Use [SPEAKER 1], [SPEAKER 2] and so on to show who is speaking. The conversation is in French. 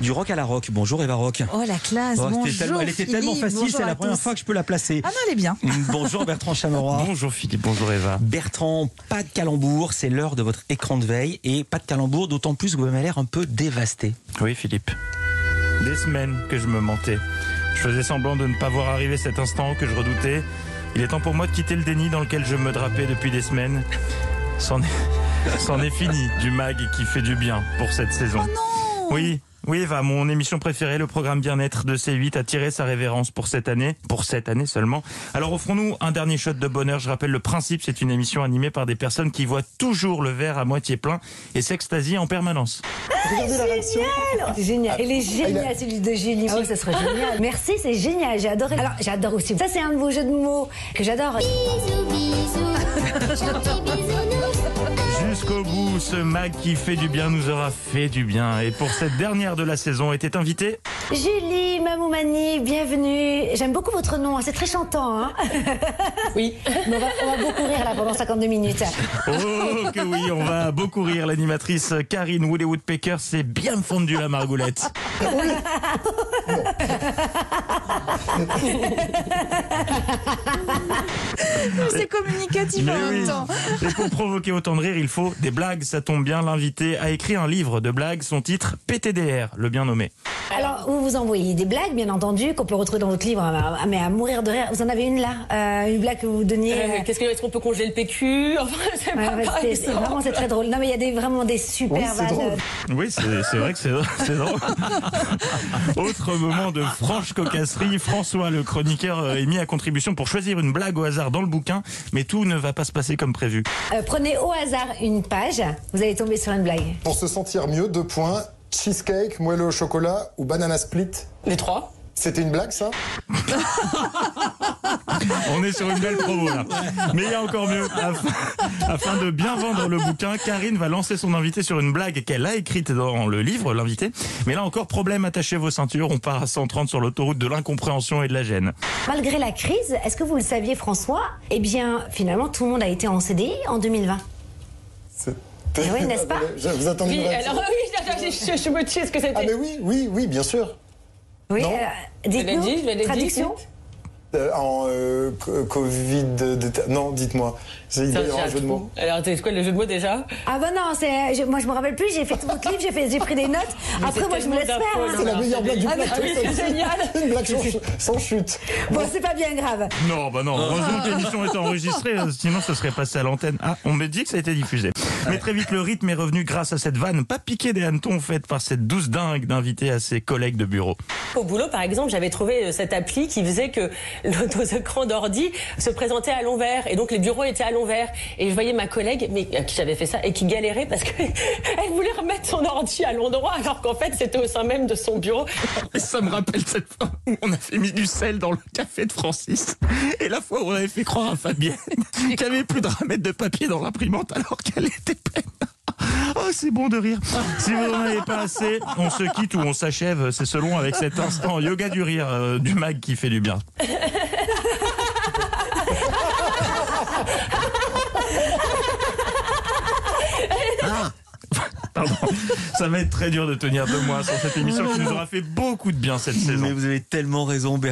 [SPEAKER 1] du rock à la rock. Bonjour Eva Rock.
[SPEAKER 2] Oh la classe,
[SPEAKER 1] Oh, c'était
[SPEAKER 2] bonjour
[SPEAKER 1] tellement- elle était tellement
[SPEAKER 2] Philippe,
[SPEAKER 1] facile,
[SPEAKER 2] bonjour
[SPEAKER 1] c'est
[SPEAKER 2] à
[SPEAKER 1] la première
[SPEAKER 2] tous.
[SPEAKER 1] fois que je peux la placer. Mm,
[SPEAKER 2] Ah non, elle est bien.
[SPEAKER 1] Bonjour Bertrand Chamorro.
[SPEAKER 3] Bonjour Philippe, bonjour Eva.
[SPEAKER 1] Bertrand, pas de calembour, c'est l'heure de votre écran de veille et pas de calembour, d'autant plus que vous avez l'air un peu dévasté.
[SPEAKER 3] Oui Philippe. Des semaines que je me mentais. Je faisais semblant de ne pas voir arriver cet instant que je redoutais. Il est temps pour moi de quitter le déni dans lequel je me drapais depuis des semaines. C'en est, c'en est fini du mag qui fait du bien pour cette saison. oui, oui Eva, mon émission préférée, le programme bien-être de C8 a tiré sa révérence pour cette année, pour cette année seulement. Alors offrons-nous un dernier shot de bonheur. Je rappelle le principe, c'est une émission animée par des personnes qui voient toujours le verre à moitié plein et s'extasient en permanence.
[SPEAKER 4] C'est génial. Elle est géniale, c'est de génie. Ah oui, ça serait génial. Merci, c'est génial. J'ai adoré. Alors, j'adore aussi. Ça, c'est un de vos jeux de mots que j'adore.
[SPEAKER 5] Bisous, bisous, gentil bisounours.
[SPEAKER 3] Jusqu'au bout, ce mag qui fait du bien nous aura fait du bien. Et pour cette dernière de la saison, était invité
[SPEAKER 4] Julie, Mamoumani, bienvenue. J'aime beaucoup votre nom. hein. C'est très chantant. Hein oui. On va, on va beaucoup rire là pendant 52 minutes.
[SPEAKER 3] Oh que oui, on va beaucoup rire. L'animatrice Karine Woody Woodpecker s'est bien fondue la margoulette.
[SPEAKER 2] C'est communicatif
[SPEAKER 3] Mais
[SPEAKER 2] en même
[SPEAKER 3] oui.
[SPEAKER 2] temps.
[SPEAKER 3] Et pour provoquer autant de rire, il faut des blagues. Ça tombe bien, l'invité a écrit un livre de blagues. Son titre, PTDR, le bien nommé.
[SPEAKER 4] Alors, vous vous envoyez des blagues, bien entendu, qu'on peut retrouver dans votre livre, hein, mais à mourir de rire. Vous en avez une là euh, Une blague que vous donniez
[SPEAKER 6] Euh,
[SPEAKER 4] euh,
[SPEAKER 6] Qu'est-ce que- est-ce qu'on peut congeler le PQ Enfin, c'est
[SPEAKER 4] ouais,
[SPEAKER 6] pas
[SPEAKER 4] ouais,
[SPEAKER 6] pareil,
[SPEAKER 4] c'est- c'est
[SPEAKER 6] ça.
[SPEAKER 4] Vraiment, c'est très drôle. Non, mais il y a des, vraiment des super vannes, euh,
[SPEAKER 3] Oui, c'est c'est vrai que c'est c'est drôle. Autre moment de franche cocasserie, François, le chroniqueur, euh, est mis à contribution pour choisir une blague au hasard dans le bouquin, mais tout ne va pas se passer comme prévu.
[SPEAKER 4] Euh, prenez au hasard une page, vous allez tomber sur une blague.
[SPEAKER 7] Pour se sentir mieux, deux points, cheesecake, moelleux au chocolat ou banana split.
[SPEAKER 6] Les trois
[SPEAKER 7] C'était une blague ça
[SPEAKER 3] On est sur une belle promo là. Mais il y a encore mieux. Afin, afin de bien vendre le bouquin, Karine va lancer son invité sur une blague qu'elle a écrite dans le livre, l'invité. Mais là encore, problème, attachez vos ceintures, on part à 130 sur l'autoroute de l'incompréhension et de la gêne.
[SPEAKER 4] Malgré la crise, est-ce que vous le saviez François Eh bien, finalement, tout le monde a été en CDI en 2020.
[SPEAKER 7] C'était-
[SPEAKER 4] oui, n'est-ce pas
[SPEAKER 7] Je vous attendais une
[SPEAKER 6] Oui,
[SPEAKER 7] réaction.
[SPEAKER 6] alors oui, attends, je, je- je me dis, est-ce que
[SPEAKER 7] Ah mais
[SPEAKER 6] c'était.
[SPEAKER 7] oui, oui, oui, bien sûr.
[SPEAKER 4] Oui,
[SPEAKER 7] Non.
[SPEAKER 6] euh, Je l'ai
[SPEAKER 4] Euh, dites-nous,
[SPEAKER 6] dit, je l'ai dit,
[SPEAKER 4] traduction
[SPEAKER 6] dites.
[SPEAKER 7] Euh, en euh, co- Covid... euh, de- de- non, dites-moi. C'est il doit y
[SPEAKER 6] Tiens,
[SPEAKER 7] avoir un
[SPEAKER 6] j'ai
[SPEAKER 7] jeu de
[SPEAKER 6] un
[SPEAKER 7] mots.
[SPEAKER 6] trou. Alors, c'est quoi le jeu de mots déjà
[SPEAKER 4] Ah ben non, c'est, je- moi je me rappelle plus, j'ai fait tout votre livre, j'ai, fait, j'ai pris des notes. Après,
[SPEAKER 6] c'est
[SPEAKER 4] moi je me laisse faire. hein.
[SPEAKER 6] tellement d'infos,
[SPEAKER 7] C'est la meilleure blague du
[SPEAKER 4] Ah, mais-
[SPEAKER 7] plateau.
[SPEAKER 6] Ah oui, c'est génial.
[SPEAKER 7] Une blague sans, sans chute.
[SPEAKER 4] Bon, c'est pas bien grave.
[SPEAKER 3] Non, bah non, heureusement que l'émission est enregistrée, euh, sinon ce serait passé à l'antenne. Ah, on me dit que ça a été diffusé. Mais très vite, le rythme est revenu grâce à cette vanne pas piquée des hannetons faite par cette douce dingue d'inviter à ses collègues de bureau.
[SPEAKER 6] Au boulot, par exemple, j'avais trouvé euh, cette appli qui faisait que le- nos écrans d'ordi se présentaient à l'envers. Et donc, les bureaux étaient à l'envers. Et je voyais ma collègue, mais à qui j'avais fait ça, et qui galérait parce qu'elle voulait remettre son ordi à l'endroit, alors qu'en fait, c'était au sein même de son bureau.
[SPEAKER 8] Et ça me rappelle cette fois où on avait mis du sel dans le café de Francis. Et la fois où on avait fait croire à Fabienne qu'il n'y avait plus de ramètre de papier dans l'imprimante alors qu'elle était pleine.
[SPEAKER 3] Oh, c'est bon de rire. Si vous n'en avez pas assez, on se quitte ou on s'achève, c'est selon avec cet instant yoga du rire euh, du mag qui fait du bien. Ah. Pardon. Ça va être très dur de tenir deux mois sur cette émission qui nous aura fait beaucoup de bien cette saison.
[SPEAKER 1] Mm. Mais vous avez tellement raison, Bertrand.